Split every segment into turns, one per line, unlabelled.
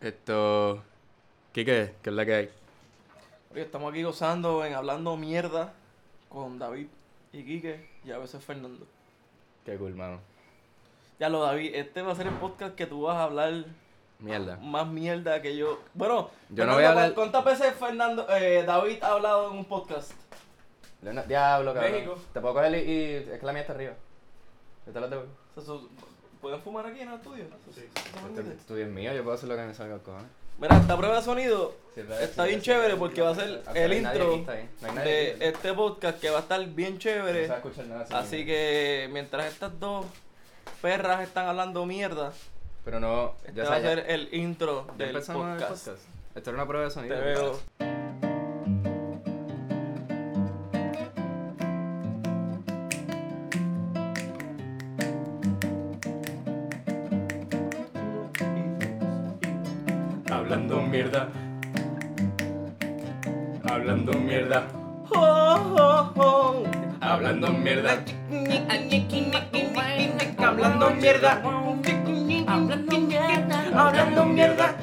Esto. Kike, ¿qué es la que hay?
Oye, estamos aquí gozando en Hablando Mierda con David y Quique y a veces Fernando.
Qué cool, mano.
Ya lo, David, este va a ser el podcast que tú vas a hablar
Mierda.
más mierda que yo. Bueno,
Yo no
Fernando,
voy a hablar-
¿cu- ¿cuántas veces Fernando, eh, David ha hablado en un podcast?
Leona- Diablo, cabrón.
México.
Te puedo coger y, y- Es que la mía está arriba. Yo te la devuelvo.
O sea, su- ¿Pueden fumar aquí en el estudio? Sí.
Este estudio es mío, yo puedo hacer lo que me salga el cojones.
Mira, esta prueba de sonido
Sí, es verdad,
está
sí,
bien
sí,
chévere
sí.
porque va a ser
Hasta
el
no hay nadie aquí, está
intro
bien. No hay nadie
de
aquí.
este podcast que va a estar bien
No
chévere.
se va a escuchar nada, sí,
Así
no.
que mientras estas dos perras están hablando mierda,
Pero no.
este
Ya
va a ser
sabes.
el intro
Ya
del
empezamos el
podcast.
podcast. Esto era una prueba de sonido.
Te veo.
Hablando mierda. Hablando mierda.
Oh,
Hablando mierda.
Hablando
Hablando mierda.
mierda,
Hablando mierda.
hablando mierda, hablando mierda,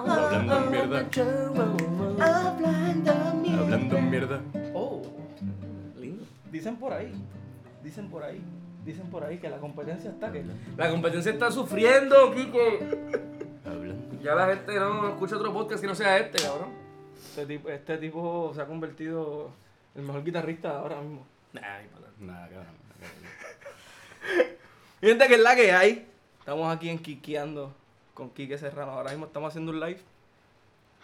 hablando mierda.
Hablando mierda.
Oh, lindo. Dicen por ahí, dicen por ahí, dicen por ahí que la competencia está que.
La competencia está sufriendo, Kike.
Hablando.
Ya la gente no escucha otro podcast que no sea este, cabrón.
Este tipo, este tipo se ha convertido en el mejor guitarrista ahora mismo.
Ay, para
Nada, cabrón. cabrón.
Gente, que es la que hay. Estamos aquí en Kikiando con Quique Serrano. Ahora mismo estamos haciendo un live.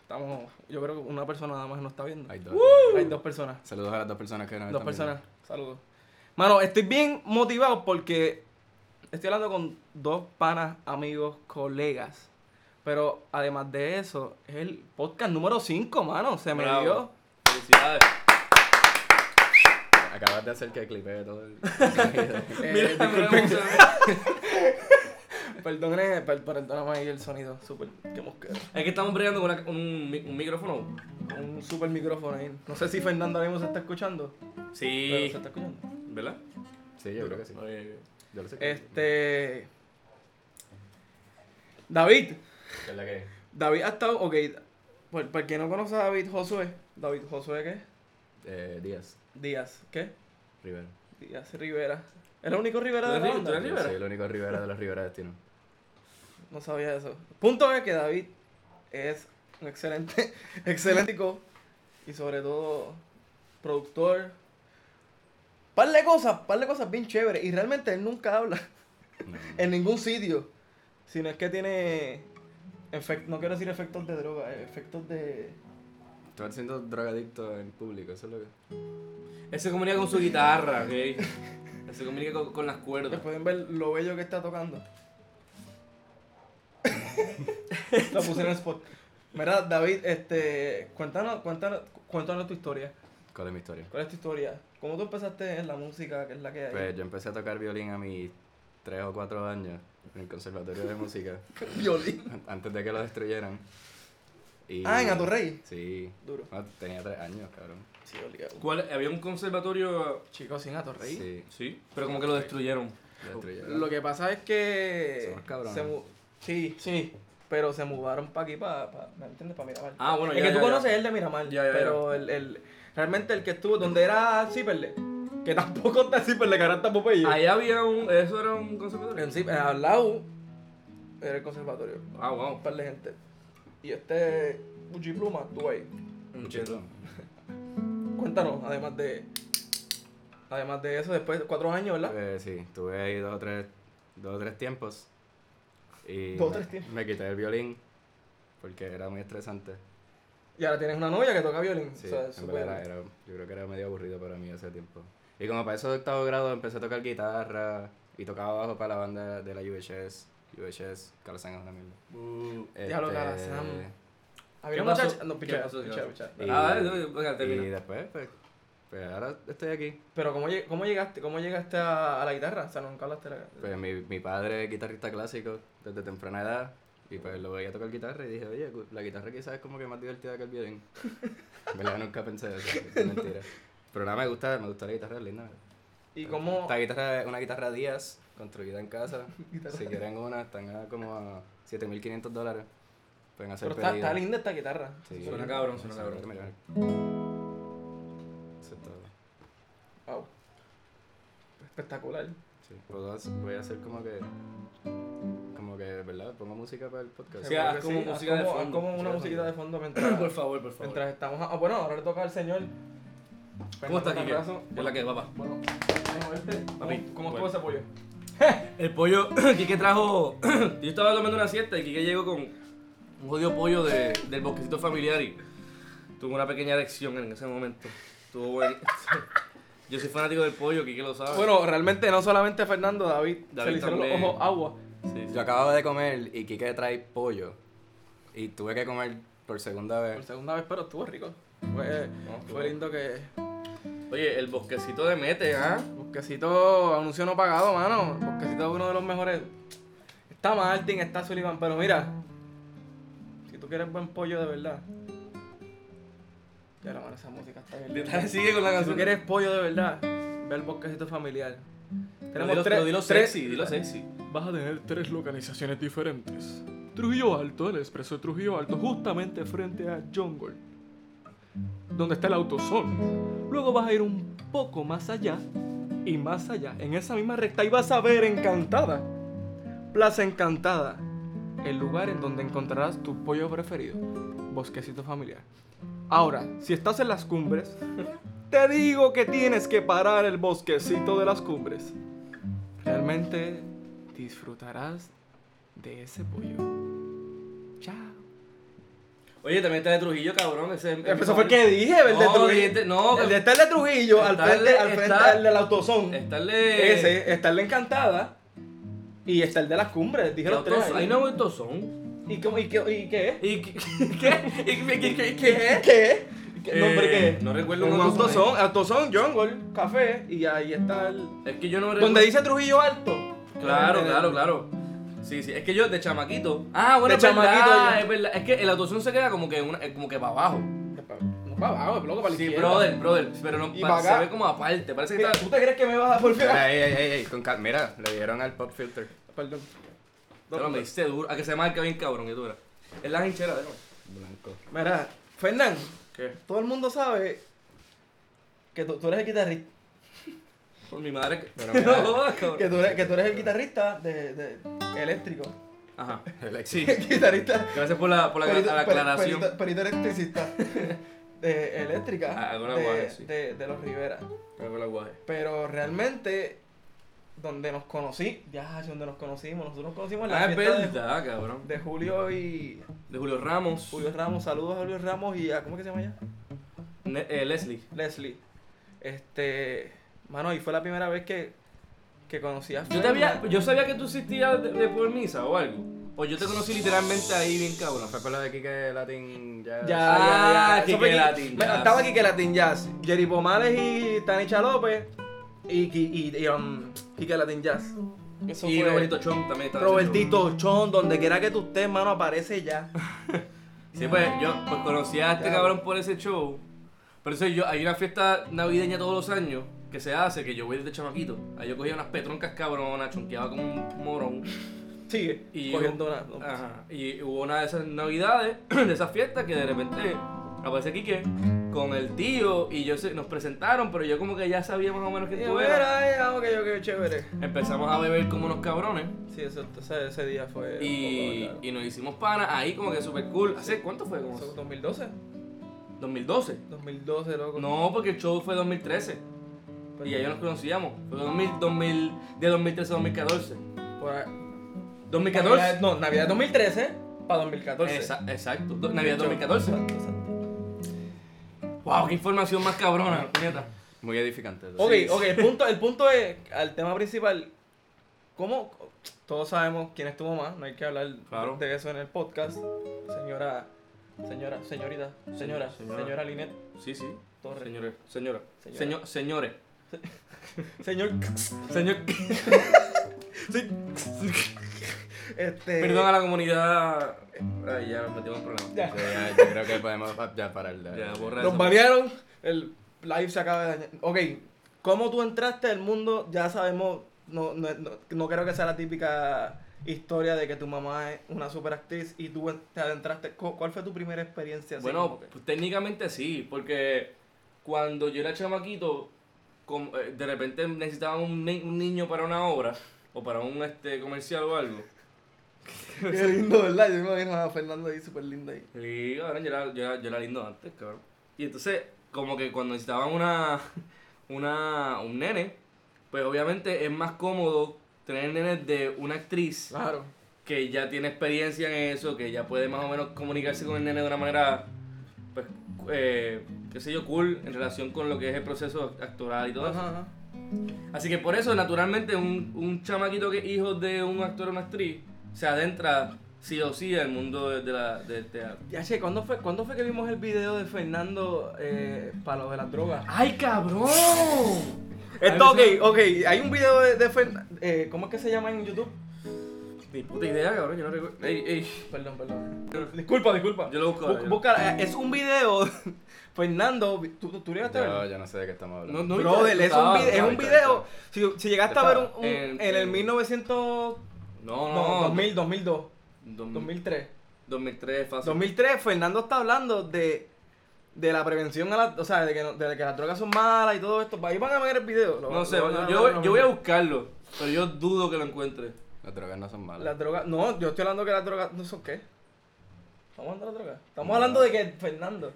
Estamos, yo creo que una persona nada más nos está viendo.
Hay
Hay,
dos.
dos personas.
Saludos a las dos personas que nos
Dos
están
personas. Saludos. Mano, estoy bien motivado porque estoy hablando con dos panas, amigos, colegas. Pero además de eso, es el podcast número 5, mano. Se me
Bravo.
dio.
Felicidades.
viendo. Acabas de hacer que clipee todo el.
Eh,
Mira,
disculpen.
Perdóname, per- perdóname ahí el sonido. Super, qué mosquero.
Es que estamos bregando con una- un, mi- un micrófono.
Un super micrófono ahí. No sé si Fernando ahora mismo se está escuchando. Pero
Sí.
se está escuchando.
¿Verdad?
Sí, yo creo que sí.
Oye,
Yo lo sé. que-
Este. David.
¿Qué es la que es?
David ha estado. Ok. Por- Para quien no conoce a David Josué. David Josué, ¿qué?
Eh, Díaz.
Díaz, ¿qué?
Rivera.
Díaz Rivera. ¿El único Rivera
¿Tú
de la
eres Ri- tú
banda?
eres Rivera?
Yo soy el único Rivera de los Rivera Destino.
No sabía eso. Punto es que David es un excelente, excelente co- y sobre todo productor. Par de cosas, par de cosas bien chéveres. Y realmente él nunca habla
No, no.
en ningún sitio. Sino es que tiene. efect- no quiero decir efectos de droga, eh, efectos de.
Tú vas siendo drogadicto en público, eso es lo que.
Él se comunica con su guitarra, ¿ok? Él se comunica con, con las
Ustedes
cuerdas.
pueden ver lo bello que está tocando. Lo puse en el spot. Mira, David, este, cuéntanos, cuéntanos, cuéntanos tu historia.
¿Cuál es mi historia?
¿Cuál es tu historia? ¿Cómo tú empezaste en la música, que es la que hay?
Pues yo empecé a tocar violín a mis 3 o 4 años en el Conservatorio de Música,
Violín.
an- antes de que lo destruyeran. Y-
Ah, en Atorrey.
Sí.
Duro.
No, tenía 3 años, cabrón.
Sí, obligado.
¿Cuál? Había un conservatorio.
Chicos, sin Atorrey.
Sí,
Sí, pero como que lo destruyeron.
lo destruyeron.
Lo que pasa es que...
Son unos cabrones.
se mu- Sí, sí. Pero se mudaron para aquí, para... ¿Me entiendes? Para Miramar.
Ah, bueno,
es
ya,
que
ya,
tú
ya.
conoces el de Miramar.
Ya, ya, ya.
pero El, el- Realmente el que estuvo donde era Ciperle. Que tampoco está Ciperle, que ahora está Popeye.
Allá había un. Eso era un conservatorio.
En Ciperle, al lado era el conservatorio.
Ah, wow.
Un par de gente. Y este... Uchi Pluma estuvo ahí.
Un cheto.
Cuéntanos, además de. Además de eso, después de cuatro años, ¿verdad?
Eh, sí, tuve ahí dos o tres, dos o tres tiempos. Y
Dos o
me-
tres tiempos.
Me quité el violín porque era muy estresante.
Y ahora tienes una novia que toca violín.
Sí,
o sea,
en
es
verdad eh. era-
súper-
era- yo creo que era medio aburrido para mí ese tiempo. Y como para eso de octavo grado empecé a tocar guitarra y tocaba bajo para la banda de la UHS. UHS, Calazán es una mierda.
Diablo,
Este,
Calazán.
¿Qué
Había una
pasó?
muchacha. No,
¿Qué
pichea,
pasó?
pichea, pichea.
Y-
Ah, eh, venga,
Y
termina.
después, pues, pues ahora estoy aquí.
Pero ¿cómo, lleg- cómo llegaste, cómo llegaste a, a la guitarra? O sea, nunca hablaste de la
Pues mi, mi padre es guitarrista clásico desde temprana edad y pues lo veía tocar guitarra y dije, oye, cu- la guitarra quizás es como que más divertida que el violín. En verdad nunca pensé eso, es mentira. Pero nada, me gusta, me gusta la guitarra, es linda.
¿Y cómo?
Esta guitarra es una guitarra Díaz, construida en casa.
Guitarra
si quieren una, están a como a 7500 dólares. Pueden hacer
Pero está,
pedidos.
está linda esta guitarra.
Sí.
Suena cabrón, suena
Sí,
cabrón.
mira. Eso es todo.
Wow. Espectacular.
Sí. Puedo hacer- Voy a hacer como que. Como que, ¿verdad? Pongo música para el podcast.
Sí, haz como
haz
música de
como- haz
fondo,
como una
música
musiquita
de
de fondo mientras,
Por favor, por favor.
mientras estamos. Ah, bueno, ahora le toca al señor.
¿Cómo está,
Fernando
Kike?
Tarrazo.
Por la que, papá.
Bueno, déjame verte. ¿Cómo-
Papi,
este. ¿Cómo estuvo
bueno.
ese pollo?
El pollo, Quique trajo. yo estaba comiendo una siesta y Quique llegó con un jodido pollo de, del bosquecito familiar y tuvo una pequeña erección en ese momento. Estuvo bueno. yo soy fanático del pollo, Quique lo sabe.
Bueno, realmente no solamente Fernando, David, se
David
le hicieron
también.
los ojos agua.
Sí, sí.
Yo acababa de comer y Kike trae pollo. Y tuve que comer por segunda
Por
vez.
segunda vez, pero estuvo rico. Fue,
No,
fue lindo que.
Oye, el bosquecito de Mete, ¿ah?
Bosquecito, anuncio no pagado, mano. Bosquecito es uno de los mejores. Está Martin, está Sullivan, pero mira. Si tú quieres buen pollo de verdad. Ya la mano, esa música está bien. linda.
Detalle sigue con la
Si tú
canción.
quieres pollo de verdad, ve al bosquecito familiar.
Pero
Tenemos
dilo,
tres.
pero dilo
tres-
sexy, dilo sexy.
vas a tener tres localizaciones diferentes. Trujillo Alto, el expreso de Trujillo Alto, justamente frente a Jungle, donde está el autosol. Luego vas a ir un poco más allá y más allá, en esa misma recta, y vas a ver Encantada, Plaza Encantada, el lugar en donde encontrarás tu pollo preferido, bosquecito familiar. Ahora, si estás en las cumbres, te digo que tienes que parar el bosquecito de las cumbres. Realmente disfrutarás de ese pollo. Chao.
Oye, también está de Trujillo, cabrón. Ese es-
Eso fue el que dije, el de
No,
Trujillo.
dijiste- no,
el de estar de Trujillo, al
está el
frente,
de-
al frente
está- este
al del autosón.
Está el de.
Ese, está el de Encantada. Y está el de las cumbres, dije
El
los tres.
autosón.
ahí.
Ahí no hay autosón.
¿Y, cómo- y qué, ¿Y qué?
¿Y qué? ¿Qué? ¿Y qué? ¿Qué? ¿Qué?
¿Qué? ¿Qué? ¿Qué?
Eh,
No, hombre, ¿qué?
no recuerdo un
Un
autosón.
autosón, autosón, jungle, café, y ahí está el...
Es que yo no recuerdo.
Donde dice Trujillo Alto.
Claro,
Eh,
claro, claro. Sí, sí, es que yo de chamaquito. Ah, bueno,
De
es verdad,
chamaquito yo-
es verdad. Es que el autosón se queda como que una, eh, como que para abajo.
No para abajo, loco, para la
Sí,
izquierda.
brother, brother, pero no
Y
pa-
pa' acá.
se ve como aparte, parece que
Mira,
está
¿Tú te crees que me vas a volver?
Mira, ey, ey, ey, ey, con cal- Mira, le dieron al pop filter.
Perdón.
Pero me diste duro, a que se marca bien cabrón, que tú eras. Es la hinchera, déjame.
Blanco.
Mira, Fernán,
¿Qué?
todo el mundo sabe que tú, tú eres el guitarrista.
Por mi madre que
Pero
no
mira.
jodas, cabrón.
Que tú eres, que tú eres el guitarrista de, de eléctrico.
Ajá.
El
Sí.
Guitarrista.
Gracias por la, por la,
perito-
la
per-
aclaración.
perito- perito electricista. De eléctrica.
Ah, alguna
de,
guaje, sí.
de, de los Rivera.
Pero por la guaje.
Pero realmente, donde nos conocí, ya, donde nos conocimos, nosotros nos conocimos en la
Ah, es
fiesta de-
verdad, cabrón.
de Julio y
De Julio Ramos.
Julio Ramos, saludos a Julio Ramos y a, ¿cómo es que se llama ella?
Ne- eh, Leslie.
Leslie. Este, mano, y fue la primera vez que, que conocí a
Yo, te había, yo sabía que tú existías de, de por misa o algo. O yo te conocí literalmente ahí bien cabrón.
Fue por lo de Kike Latin ya.
Ya,
Ah,
ya, ya. Eso
Quique
fue Quique-
Latin
Bueno,
Jazz.
estaba aquí que Latin Jazz, Jerry Pomales y Tanicha López y, Qui- y, y, um, Quique Latin Jazz. Eso
y
fue-
Roberto Chon también estaba.
Robertito Chon, donde quiera que tú estés, mano, aparece ya.
Sí, pues yo pues conocí a este cabrón por ese show. Por eso yo, hay una fiesta navideña todos los años que se hace, que yo voy desde chamaquito. Ahí yo cogía unas petroncas cabronas, chonqueaba como un morón.
Sigue.
Y
cogiendo
hubo,
una. no.
Ajá. Y hubo una de esas navidades, de esas fiestas, que de repente aparece Quique con el tío y yo se- nos presentaron, pero yo como que ya sabía más o menos que
Y
tú
yo,
eras.
era, era, ok, ok, chévere.
Empezamos a beber como unos cabrones.
Sí, eso, ese, ese día fue. un
Y,
poco, claro.
y nos hicimos pana ahí como que super cool. ¿Hace cuánto fue? Como
Eso, 2012.
2012.
2012, loco.
No, porque el show fue 2013. Y ya yo nos conocíamos. Fue 2000, 2000 de 2013 a 2014.
Por ahí.
2014.
Navidad- no, Navidad 2013 para 2014.
Esa- exacto. Do- Navidad 2014. Wow, qué información más cabrona, puñeta.
Muy edificante.
Ok,
Sí.
ok, el punto, el punto es, al tema principal, ¿cómo? Todos sabemos quién estuvo más, no hay que hablar
Claro.
de eso en el podcast. Señora, señora, señorita, señora,
señora.
señora, Linet,
Sí, sí.
Torres.
Señores, señora.
Señora.
Señor, señores.
señor,
Señor. eh,
este...
Perdón a la comunidad. Ay, ya nos metimos en problemas.
Ya.
Sí, ya, yo creo que podemos pa- ya parar. de-
Ya, borra
Nos
eso.
banearon, el live se acaba de dañar. Ok, ¿cómo tú entraste al mundo? Ya sabemos, no, no, no, no creo que sea la típica historia de que tu mamá es una superactriz y tú en- te adentraste. cu- ¿Cuál fue tu primera experiencia? así
Bueno,
como que-
pues, técnicamente sí, porque cuando yo era chamaquito, com- eh, de repente necesitaban un, ni- un niño para una obra o para un este comercial o algo.
Qué lindo, ¿verdad? Yo me imagino a Fernando ahí súper lindo ahí.
Y cabrón, yo era, yo, era, yo era lindo antes, cabrón. Y entonces, como que cuando necesitaban una, una, un nene, pues obviamente es más cómodo tener nenes de una actriz
Claro.
que ya tiene experiencia en eso, que ya puede más o menos comunicarse con el nene de una manera, pues, eh, qué sé yo, cool en relación con lo que es el proceso actoral y todo eso.
Ajá, ajá.
Así que por eso, naturalmente, un, un chamaquito que es hijo de un actor o una actriz se adentra sí o sí al mundo de, de la, del teatro.
Ya che, ¿cuándo fue, ¿cuándo fue que vimos el video de Fernando eh, para lo de las drogas?
¡Ay, cabrón!
Esto, ok, ok. Hay un video de, de Fernando. ¿Cómo es que se llama en YouTube?
Ni puta idea, cabrón, yo no recuerdo. Ey, ey.
Perdón, perdón. Disculpa, disculpa.
Yo lo busco
Bu-
ahora, yo lo-
busca- eh, es un video. Fernando, ¿tú, tú- tú llegaste a
Yo,
verlo?
yo no sé de qué estamos hablando.
No, no,
Brother, es un,
estaba-
vi- es un
estaba-
video. Si, si llegaste a ver un, un-
En-
en, el
en-
1900.
No,
No,
no,
2000,
Mm.
2002,
2000,
2003.
2003, fácil.
2003, Fernando está hablando de, de la prevención a la, o sea, de que, no- de que las drogas son malas y todo esto. Ahí van a ver el video. Lo-
No sé,
lo van a
yo,
ver
yo,
ahora
voy a
mismo.
buscarlo, pero yo dudo que lo encuentre.
Las drogas no son malas.
Las drogas. No, yo estoy hablando que las drogas no son qué. Estamos hablando de las drogas. Estamos hablando de que Fernando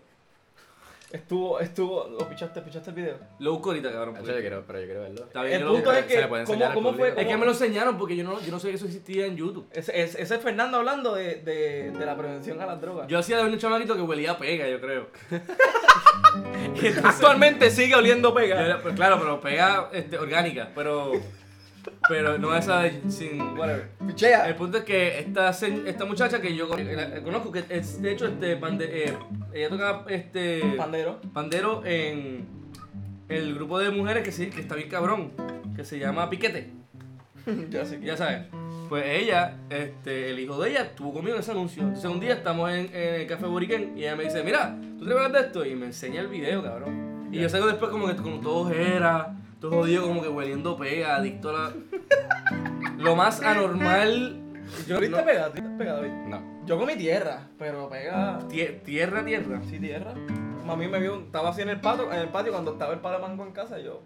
estuvo, estuvo. Lo pichaste, pichaste el video.
Lo busco ahorita, cabrón.
Hacho,
porque-
yo quiero, pero yo quiero verlo.
Está bien,
El
yo lo
punto
busco.
es que.
Se le puede
¿Cómo,
enseñar al
cómo fue?
público.
Es que
cómo-
me lo enseñaron porque yo no, yo no sabía que eso existía en YouTube.
Ese, ese, ese es Fernando hablando de, de, de la prevención a las drogas.
Yo hacía de un chamaquito que huelía a pega, yo creo.
Actualmente sigue oliendo
Yo
pega.
era- pero claro, pero pega este, orgánica, pero. Pero no esa de- sin. Whatever.
Pichea.
El punto es que esta, se- esta muchacha que yo con- la- conozco, que es, de hecho, este, pande- eh, ella toca este.
Pandero.
Pandero en el grupo de mujeres que, sí, que está bien cabrón, que se llama Piquete.
ya sé que.
Ya sabes. Pues ella, este, el hijo de ella, estuvo conmigo en ese anuncio. Entonces un día estamos en, en el Café Boriquén y ella me dice, mira, ¿tú te acuerdas de esto? Y me enseña el video, cabrón. Y yo salgo después como que con todo ojera, todo jodido, como que hueliendo pega, adicto a la... Lo más anormal... Yo,
¿Viste
no-
pega? ¿Viste pega, David?
No.
Yo comí tierra, pero pega.
tie- tierra, tierra.
Sí, tierra. Mami me vio, estaba así en el patio, en el patio cuando estaba el palo de mango en casa, yo.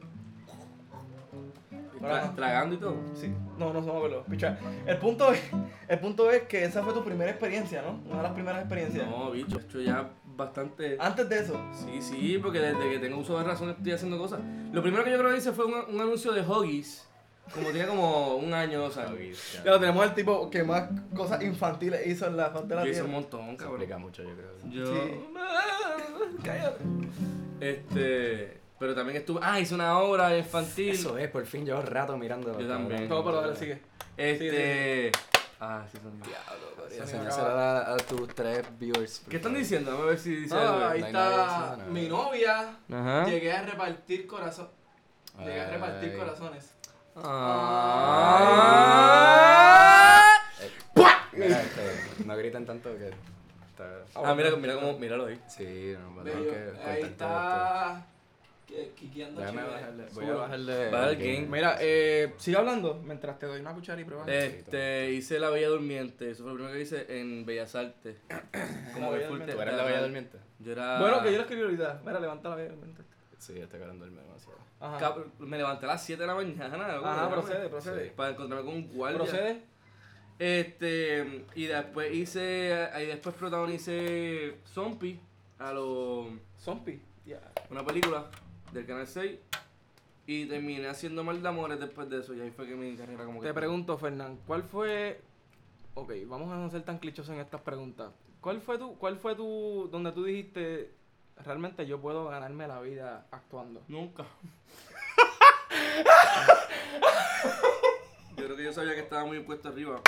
Tra- tragando y todo.
Sí. No, no somos pelos. Picha. El punto es, el punto es que esa fue tu primera experiencia, ¿no? Una de las primeras experiencias.
No, bicho, esto ya bastante...
Antes de eso.
Sí, sí, porque desde que tengo uso de razón estoy haciendo cosas. Lo primero que yo creo que hice fue un, un anuncio de Hoggies. Como tenía como un año, o sea,
Drogas,
Claro,
ya.
tenemos el tipo que más cosas infantiles hizo en la faz de la
yo hice un
tierra. Ah,
montón,
Se
cabrón.
explica mucho, yo creo.
Yo.
Sí.
Cállate. Este. Pero también estuve. Ah, hice una obra infantil.
Eso es, por fin llevo rato mirándolo.
Yo también.
No, pero dale, sigue.
Este. Ah, sí, son diablos.
Enseñáselo a, a tus tres viewers. por
¿Qué están
favor.
diciendo? Vamos a ver si dice algo.
Ah, ahí
no
está
hay nada que decir, no. ¿Ah?
mi novia.
Ajá.
Llegué a repartir corazones. Llegué a repartir
Ay. eh,
corazones.
Ah,
eh, Mira, este, no gritan tanto que. Está...
Ah, mira, mira cómo. Míralo ahí.
Sí, no, no,
Bello.
que
Ahí
cortar todo esto.
está. que- Quiqueando
Déjame
chévere.
bajarle. Voy a
Súbelo.
bajarle.
Baja el
Ok.
gain.
Mira, eh, sigue hablando mientras te doy una cuchara y prueba.
Eh,
Este, hice La Bella Durmiente. Eso fue lo primero que hice en Bellas Artes. Como que
Bella
full
Durmiente.
¿Tú eres la bella durmiente?
Yo era.
ah.
Bueno, que yo lo escribí ahorita. Mira, levanta la vida.
Sí, este cabrón duerme demasiado.
Ajá.
Cab- Me levanté a las 7 de la mañana. loco,
Ajá,
déjame.
procede, procede.
Para encontrarme con un guardia.
Procede.
Este, y después hice, y después protagonicé Zombie a lo,
Zombie. Ya.
una película del Canal 6 y terminé haciendo Mal de Amores después de eso y ahí fue que mi carrera como que...
Te pregunto, Fernán, ¿cuál fue? Ok, vamos a no ser tan clichosos en estas preguntas. ¿Cuál fue tu, cuál fue tu, donde tú dijiste realmente yo puedo ganarme la vida actuando?
Nunca. yo creo que yo sabía que estaba muy puesto arriba.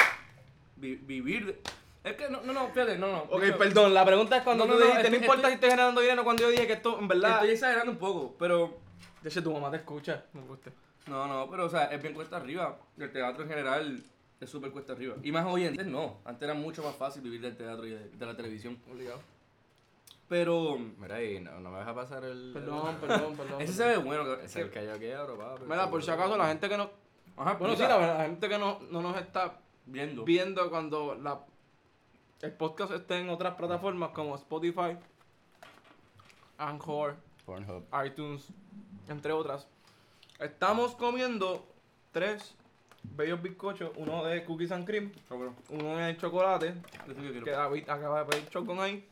Vi- vivir... de- Es que no, no, no, fíjate, no, no.
Ok,
de hecho,
perdón, la pregunta es cuando
No,
tú
no, no,
dijiste, no
estoy-
importa
estoy-
si estoy ganando dinero, cuando yo dije que esto, en verdad.
Estoy exagerando un poco, pero...
De hecho, tu mamá te escucha, me gusta.
No, no, pero o sea, es bien cuesta arriba. El teatro en general es súper cuesta arriba. Y más hoy en día no. Antes era mucho más fácil vivir del teatro y de, de la televisión.
Obligado.
Pero
Mira, y no, no me deja pasar el.
Perdón, perdón, perdón.
ese se ve bueno. cabrón.
Es el que yo quiero, papá.
Mira, por si acaso, la gente que no.
Ajá,
Bueno, sí,
puta.
la, la gente que no, no nos está
Viendo.
viendo cuando la, el podcast esté en otras plataformas como Spotify, Anchor,
Pornhub.
iTunes, entre otras. Estamos comiendo tres bellos bizcochos, uno de cookies and cream,
Cabrón.
uno de chocolate,
Ah, Eso es lo que quiero.
que David acaba de pedir chocón ahí,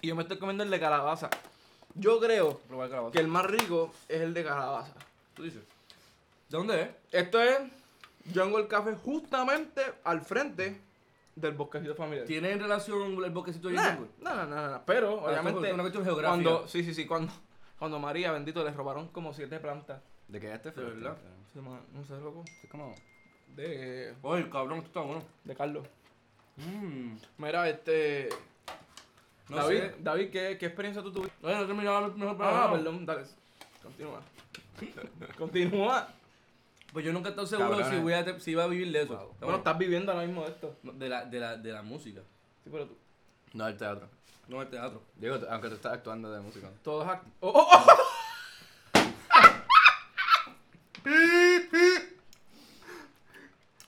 y yo me estoy comiendo el de calabaza. Yo creo
Probar calabaza.
que el más rico es el de calabaza.
¿Tú dices? ¿De dónde es?
Esto es Jungle Café justamente al frente del bosquecito familiar.
¿Tiene relación el bosquecito y el
Nah,
jungle?
No, no, no, no,
Ah,
pero
esto
obviamente
es una cuestión geográfica.
cuando sí, sí, sí, cuando cuando María bendito le robaron como siete plantas,
¿De qué es este?
De verdad.
Sí, ma- no sé loco,
Es como...
de
Oye, cabrón, esto está bueno.
de Carlos.
Mmm.
Mira, este
No
David,
sé.
David, ¿qué, ¿qué experiencia tú tuviste?
Oye, no terminaba el mejor
Ah,
programa.
perdón, dale. Continúa. Continúa.
Pues yo nunca he estado seguro
Cabrones.
si, voy a, te- si iba a vivir de eso.
Wow.
Está
Bueno, estás viviendo ahora mismo esto.
bueno. De la, de, la, de la música,
Sí, pero tú.
No, el teatro.
no del teatro.
Digo, tú- aunque tú estás actuando de música.
Todos act- ¡Oh, oh, oh!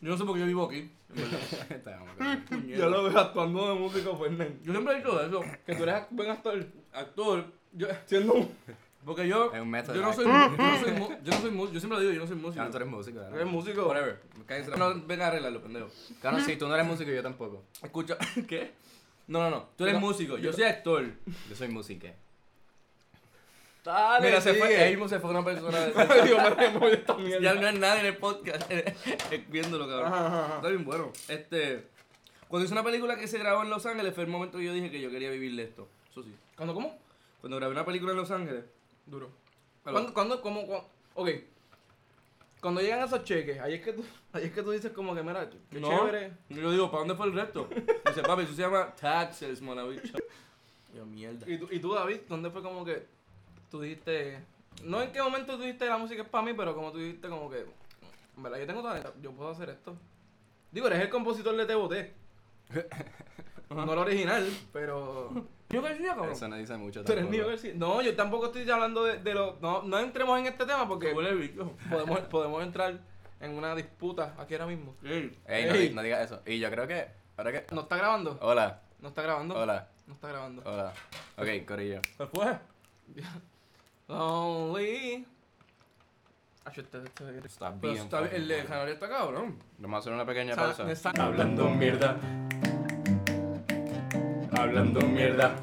Yo no sé por qué yo vivo aquí. en verdad.
Te amo,
Mm.
cabrón.
Yo lo veo actuando de músico, pues, Fernández.
Yo siempre he dicho eso.
Que tú eres act- buen actor.
Actor, yo,
Siendo un...
porque yo.
Es un método
Yo no
de
soy. Yo no soy. mu- Yo no soy. mu- Yo siempre lo digo, yo no soy músico.
Claro, tú eres músico, ¿verdad?
Eres músico.
Whatever. Cállense la- No venga a arreglarlo, pendejo.
Claro, si tú no eres músico, yo tampoco.
Escucha, ¿qué? No, no, no. Tú eres
No,
músico, yo
yo-
soy actor.
Yo soy musique.
Mira, se fue.
sigue.
Ahí mismo se fue una persona. de-
Digo, me voy de esta mierda.
ya no es nadie en el podcast. Viéndolo, cabrón.
Ajá, ajá, ajá.
Está bien bueno. Este. Cuando hice una película que se grabó en Los Ángeles, fue el momento que yo dije que yo quería vivir de esto. Eso sí.
¿Cuándo cómo?
Cuando grabé una película en Los Ángeles.
Duro.
Aló.
¿Cuándo, cuándo, cómo, cuándo? Ok. Cuando llegan esos cheques, ahí es que tú, ahí es que tú dices como que, mira, qué
no,
chévere.
Yo digo, ¿para dónde fue el resto? Dice, papi, eso se llama taxes, manabicho. Yo, mierda.
Y tú, y tú, David, ¿dónde fue como que tú dijiste... No en qué momento tú dijiste la música es para mí, pero como tú dijiste como que... En verdad, yo tengo talento, yo puedo hacer esto. Digo, eres el compositor de Te Boté. no el original, pero...
Yo qué decía, cabrón.
Eso no dice mucho
Tú eres
tampoco.
mío, sí. No, yo tampoco estoy hablando de, de lo... No, no entremos en este tema porque...
Que huele bicho.
podemos, podemos entrar en una disputa aquí ahora mismo.
Ey,
Ey, no,
Ey.
di- no digas eso. Y yo creo que... Ahora que...
¿No está grabando?
Hola,
¿No está grabando?
Oh. hola,
No está grabando.
hola. Ok, corillo.
¿Se fue?
Lonely. Ay, yo te- te- te-
Está
Pero
bien.
está bien, el de Canario está cabrón.
Vamos a hacer una pequeña
Sa-
pausa.
me sa-
Hablando mierda. Hablando mierda.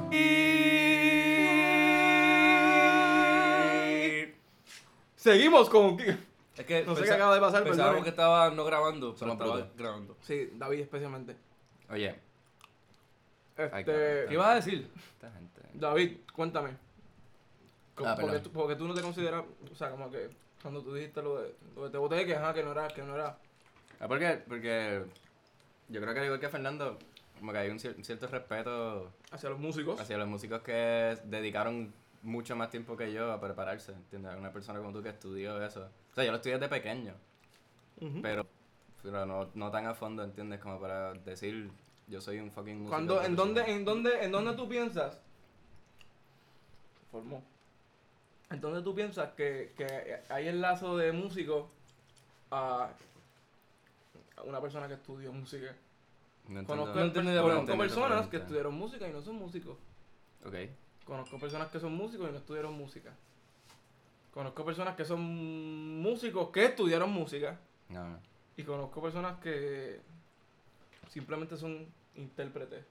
Seguimos con.
Es que
No sé
pensa-
qué acaba de pasar,
Pensábamos
perdón.
que estaba no grabando, pero
Somos
estaba
brutos.
grabando.
Sí, David especialmente.
Oye, Ay,
Este,
cabrón.
¿Qué ibas a decir?
esta gente...
David, cuéntame.
Ah,
porque,
perdón.
tú, porque tú no te consideras, o sea, como que cuando tú dijiste lo de, lo de te boté, que ajá, que no era, que no era.
Ah, ¿por qué? Porque yo creo que al igual que Fernando, como que hay un cier- un cierto respeto
Hacia los músicos.
hacia los músicos que dedicaron mucho más tiempo que yo a prepararse, ¿entiendes? Una persona como tú que estudió eso. O sea, yo lo estudié desde pequeño, pero, pero no, no tan a fondo, ¿entiendes? Como para decir, yo soy un fucking músico.
Cuando, ¿en, dónde,
profesional.
en, dónde, ¿En dónde tú piensas? Formó. ¿En dónde tú piensas que, que hay el lazo de músico a a una persona que estudió música?
No entiendo.
Conozco,
No entiendo la
conozco
pregunta.
personas que
Pregunta.
estudiaron música y no son músicos.
Ok.
Conozco personas que son músicos y no estudiaron música. Conozco personas que son músicos que estudiaron música.
No, no.
Y conozco personas que simplemente son intérpretes.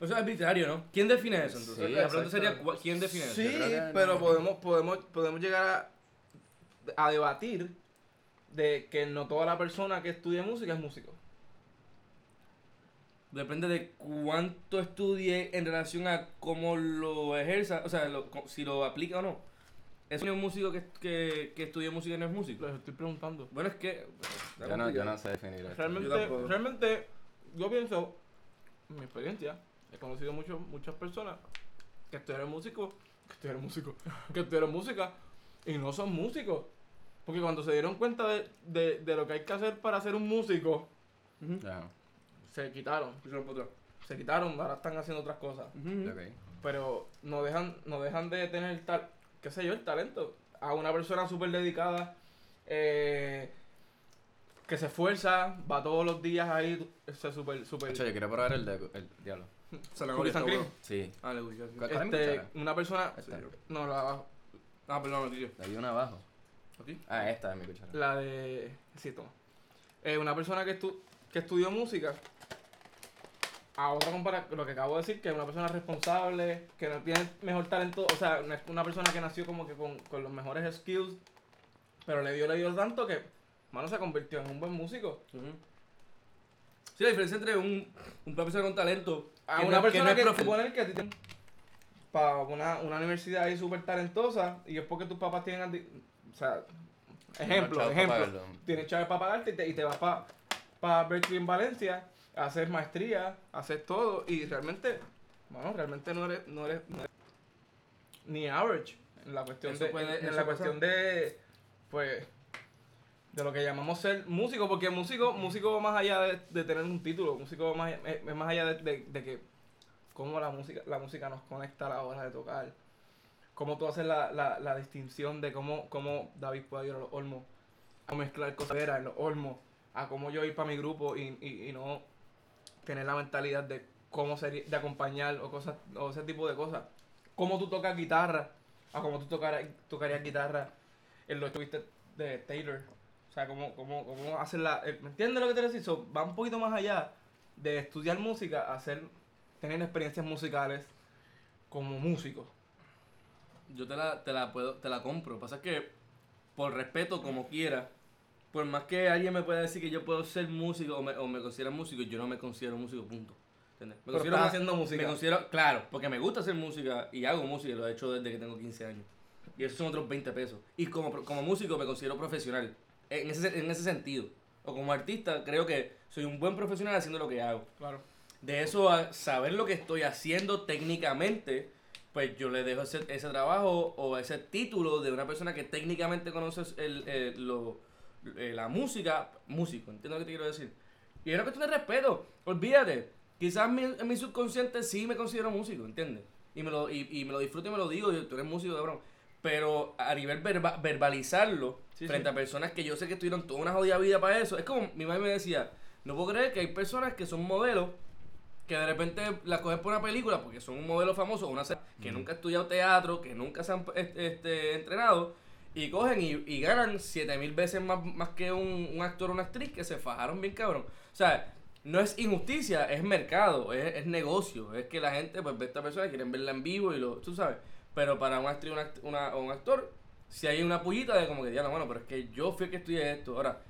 Eso es arbitrario, ¿no? ¿Quién define eso entonces?
Sí,
la pregunta
exacto.
sería, ¿cu- ¿quién define eso?
Sí,
Yo creo que
pero
no.
podemos, podemos, podemos llegar a, a debatir de que no toda la persona que estudia música es músico.
Depende de cuánto estudie en relación a cómo lo ejerza, o sea, lo- co- si lo aplica o no. ¿Es un músico que, que, que estudia música y no es músico?
Les estoy preguntando.
Bueno, es que...
Yo no, yo no sé definir esto.
Yo
Realmente,
tampoco.
realmente, yo pienso, en mi experiencia, he conocido mucho, muchas personas que estudiaron músico, que estudiaron músico, que estudiaron música y no son músicos. Porque cuando se dieron cuenta de, de, de lo que hay que hacer para ser un músico,
Ujú.
Ya,
se quitaron.
Pusieron para atrás.
Se quitaron, ahora están haciendo otras cosas.
Ujú.
ok.
pero no dejan, no dejan de tener tal, qué sé yo, el talento. A una persona súper dedicada, eh, que se esfuerza, va todos los días ahí, se super, super.
Ocho, yo quiero probar el de. El diablo.
Zanahoria está
Cookies and
bueno.
Sí.
Ah, le gusta.
¿Cuál- cuál es mi
Este,
cuchara?
una persona.
Esta.
No, la abajo.
Ah, perdón, tío.
Hay una abajo.
¿Aquí?
Ah, esta es mi cuchara.
La de. Sí, toma. Eh, una persona que, estu- que estudió música. A otra compara lo que acabo de decir, que es una persona responsable, que no tiene mejor talento, o sea, una- una persona que nació como que con, con los mejores skills, pero le dio, le dio tanto que, mano, se convirtió en un buen músico.
Ujú. Sí, la diferencia entre un, una persona con talento
A
que
una
no- que no
persona
es
que,
profe-
suponer que a ti te- para una, una universidad ahí súper talentosa, y es porque tus papás tienen, a ti- o sea, ejemplo,
Chavos pa'
ejemplo.
pagarlo.
tienes chave para pagarte y te, y te vas para pa Berkeley en Valencia, haces maestría, haces todo y realmente, bueno, realmente no eres, no eres, no eres ni average en la cuestión
Eso
de,
puede-
en
eso
la
pasa.
cuestión de, pues, de lo que llamamos ser músico, porque músico, músico va más allá de, de tener un título, músico va más, es, es más allá de, de- de que cómo la música, la música nos conecta a la hora de tocar. Cómo tú haces la, la, la distinción de cómo, cómo David puede ayudar a los olmos a mezclar cosas veras en los olmos, a cómo yo ir para mi grupo y, y, y no tener la mentalidad de cómo ser, de acompañar o cosas o ese tipo de cosas. Cómo tú tocas guitarra, a cómo tú tocar, tocarías guitarra en los tuviste de Taylor. O sea, cómo, cómo, cómo hacer la... el- ¿Me entiendes lo que te decís? So, va un poquito más allá de estudiar música a hacer, tener experiencias musicales como músico.
Yo te la, te la puedo, te la compro. Pasa que, por respeto, como quiera, por más que alguien me pueda decir que yo puedo ser músico o me, o me considero músico, yo no me considero músico, punto. ¿Entiendes? Me
Pero
considero
estás
ma-
haciendo música.
Me considero, claro, porque me gusta hacer música y hago música y lo he hecho desde que tengo 15 años. Y esos son otros 20 pesos. Y como, pro- como músico me considero profesional, en ese, en ese sentido. O como artista, creo que soy un buen profesional haciendo lo que hago.
Claro.
De eso a saber lo que estoy haciendo técnicamente, pues yo le dejo ese, ese trabajo o ese título de una persona que técnicamente conoce el, el- lo- eh, la música, músico, entiendo lo que te quiero decir. Y es una cuestión de respeto, olvídate, quizás mi- en mi subconsciente sí me considero músico, ¿entiendes? Y me lo, y, y me lo disfruto y me lo digo, yo, tú eres músico, cabrón. Pero a nivel verba- verbalizarlo frente a personas que yo sé que estuvieron toda una jodida vida para eso, es como mi madre me decía, no puedo creer que hay personas que son modelos que de repente las coges por una película porque son un modelo famoso, una se- que nunca ha estudiado teatro, que nunca se han este, este, entrenado, y cogen y, y ganan 7000 veces más, más que un, un actor o una actriz que se fajaron bien cabrón. O sea, no es injusticia, es mercado, es, es negocio, es que la gente pues ve a esta persona, quieren verla en vivo y lo, tú sabes, pero para una actriz una act- una- o un actor, si hay una pullita de como que, diablo, bueno, pero es que yo fui el que estudié esto, ahora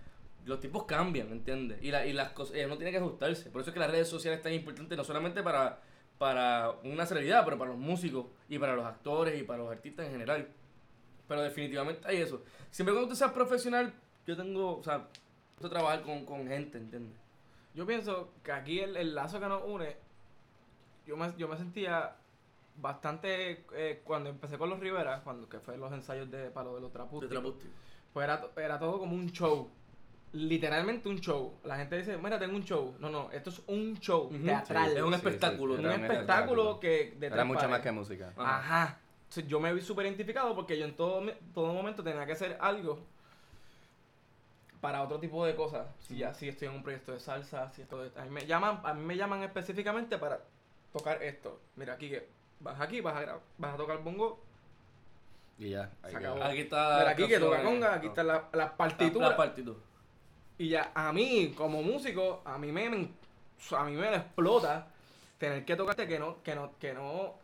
los tipos cambian, ¿entiendes? Y, la, y las cosas, eh, no tiene que ajustarse. Por eso es que las redes sociales tan importantes, no solamente para, para una celebridad, pero para los músicos y para los actores y para los artistas en general. Pero definitivamente hay eso. Siempre cuando tú seas profesional, yo tengo, o sea, yo trabajar con, con gente, ¿entiendes?
Yo pienso que aquí el, el lazo que nos une, yo me, yo me sentía bastante, eh, cuando empecé con los Rivera, cuando que fue los ensayos de Palo de los Trapus,
De Trapusti.
pues era, to- era todo como un show. Literalmente un show. La gente dice, mira, tengo un show. No, no, esto es un show
Ujú.
teatral.
Sí,
Es un
sí,
espectáculo,
sí,
un
era
espectáculo que... de
Era
tres
mucho
pares.
más que música.
Ajá.
Ajá. O sea, yo me vi súper identificado porque yo en todo, mi- todo momento tenía que hacer algo para otro tipo de cosas. Si ya si estoy en un proyecto de salsa, si estoy, a mí me llaman, a mí me llaman específicamente para tocar esto. Mira aquí que vas aquí, vas a gra- vas a tocar bongo,
Y ya. ahí
Se
quedó.
acabó.
Aquí está.
mira
la
aquí que toca
canción,
conga,
eh,
aquí
no.
están la- las
La,
partituras.
la partitura.
Y ya a mí, como músico, a mí me, me- a mí me la explota tener que tocarte que no, que no, que no.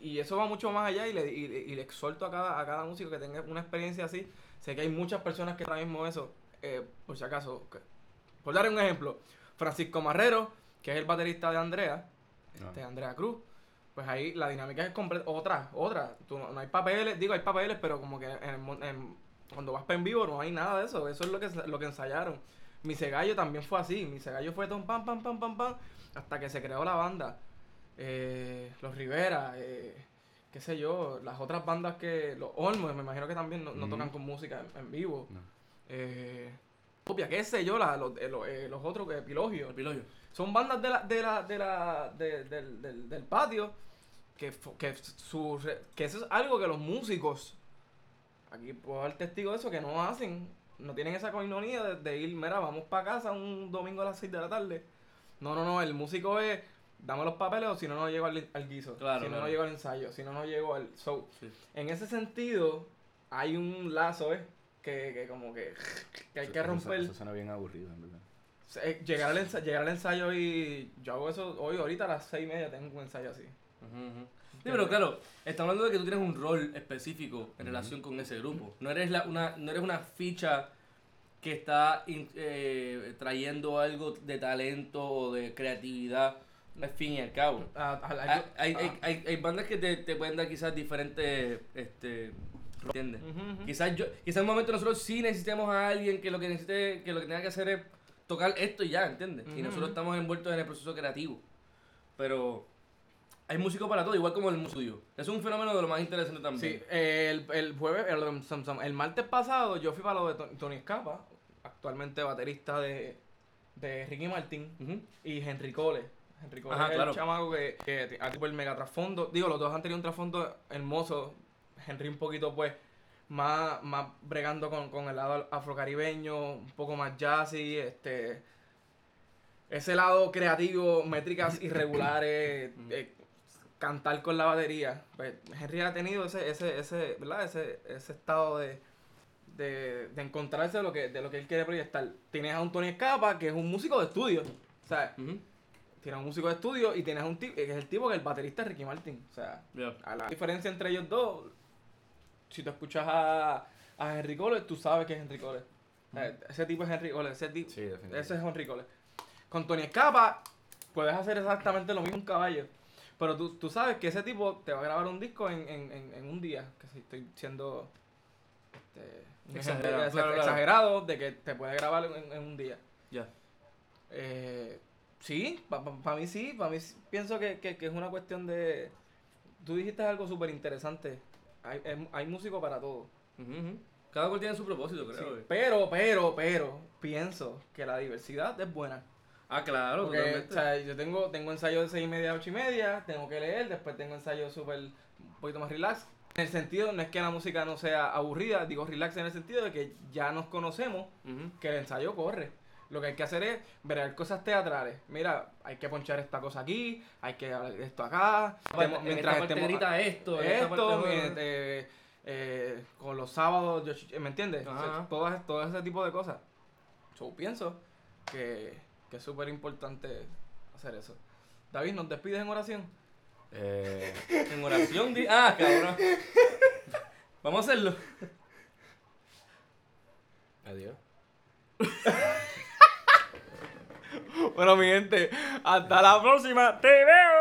Y eso va mucho más allá y le, y, y le exhorto a cada, a cada músico que tenga una experiencia así. Sé que hay muchas personas que ahora mismo eso, eh, por si acaso, que- por dar un ejemplo, Francisco Marrero, que es el baterista de Andrea,
Ah.
de este, Andrea Cruz, pues ahí la dinámica es comple- otra, otra. Tú no, no hay papeles, digo, hay papeles, pero como que en el mon- en- cuando vas para en vivo no hay nada de eso. Eso es lo que, lo que ensayaron. Mi Gallo también fue así. Mi Gallo fue ton pam, pam, pam, pam, pam, hasta que se creó la banda. Eh, los Rivera, eh, qué sé yo, las otras bandas que. Los Olmos, me imagino que también no, no
Ujú.
tocan con música en, en vivo.
No.
Eh, copia, qué sé yo, la- los, eh, los, eh, los otros, que Pilogio.
El pilollo.
Son bandas de la, de la, de la, de- del, del- del patio que, fo- que, su, re- que eso es algo que los músicos, aquí puedo dar testigo de eso, que no hacen. no tienen esa coinonía de, de ir, mira, vamos para casa un domingo a las 6 de la tarde. No, no, no, el músico es, dame los papeles o si no, no llego al, al guiso.
Claro,
si no,
claro.
no llego al ensayo, si no, no llego al show.
Sí.
En ese sentido, hay un lazo, ¿eh? Que, que como que, que hay que
Eso- eso-
romper.
Eso, suena bien aburrido, en verdad.
Eh, Llegar al, ensa- llegar al ensayo y yo hago eso hoy, ahorita a las seis y media tengo un ensayo así.
Ujú, ujú. Sí, pero claro, está hablando de que tú tienes un rol específico en relación con ese grupo. No eres, la, una, no eres una ficha que está in- eh, trayendo algo de talento o de creatividad, al fin y al cabo.
Ah, al- al-
Hay, hay,
ah.
hay- hay- hay bandas que te, te pueden dar quizás diferentes, este, ¿entiendes?
Ujú, ujú.
Quizás yo, quizás en un momento nosotros sí necesitemos a alguien que lo que necesite, que lo que tenga que hacer es tocar esto y ya, ¿entiendes? Y
Ujú,
nosotros
ujú.
estamos envueltos en el proceso creativo. Pero hay músicos para todo, igual como el estudio. Es un fenómeno de lo más interesante también.
Sí, eh, el, el jueves, el, um, sam- sam- el martes pasado yo fui para lo de Ton- Tony Escapa, actualmente baterista de, de Ricky Martin
Ujú.
y Henry Cole. Henry Cole
Ajá,
es
claro.
el chamaco que, que ha tenido el mega trasfondo. Digo, los dos han tenido un trasfondo hermoso. Henry un poquito, pues, más, más bregando con, con el lado afrocaribeño, un poco más jazzy, este... Ese lado creativo, métricas irregulares, eh, cantar con la batería. Pues Henry ha tenido ese, ese, ese, ¿verdad? Ese, ese estado de, de, de encontrarse de lo, que, de lo que él quiere proyectar. Tienes a un Tony Escapa, que es un músico de estudio. O sea,
Ujú.
tienes un músico de estudio y tienes a un tipo, que es el tipo que es el baterista de Ricky Martin. O sea,
Ya.
a la diferencia entre ellos dos, si tú escuchas a, a Henry Cole, tú sabes que es Henry Cole. O sea, Ese tipo es Henry Cole, ese tipo,
Sí, definitivamente.
ese es Henry Cole. Con Tony Escapa, puedes hacer exactamente lo mismo un caballo. Pero tú, tú sabes que ese tipo te va a grabar un disco en, en, en, en un día. Que si estoy siendo este, un ejemplo,
Exagerado,
de-
claro, claro.
exagerado de que te puede grabar en, en un día.
Ya.
Eh, sí, para mí sí, para mí sí. pienso que, que- que es una cuestión de... Tú dijiste algo súper interesante. Hay, em- hay músico para todo.
Ujú, ujú. Cada cual tiene su propósito,
Sí,
creo. eh.
Pero, pero, pero, pienso que la diversidad es buena.
Ah, claro,
Porque,
totalmente.
o sea, yo tengo, tengo ensayo de seis y media a 8 y media, tengo que leer, después tengo ensayo súper un poquito más relax. En el sentido, no es que la música no sea aburrida, digo relax en el sentido de que ya nos conocemos,
Ujú.
que el ensayo corre. Lo que hay que hacer es ver cosas teatrales. Mira, hay que ponchar esta cosa aquí, hay que hablar de esto acá.
Aparte,
Estemos-
en esta parte grita esto, en esta
esto,
parte-
eh, eh, eh, con los sábados, yo- ¿me entiendes?
Ajá.
O sea, todas, todo ese tipo de cosas. Yo pienso que, que es súper importante hacer eso. David, ¿nos despides en oración?
Eh,
En oración, di- ah, cabrón. Vamos a hacerlo.
adiós.
Bueno, mi gente, hasta la próxima. ¡Te veo!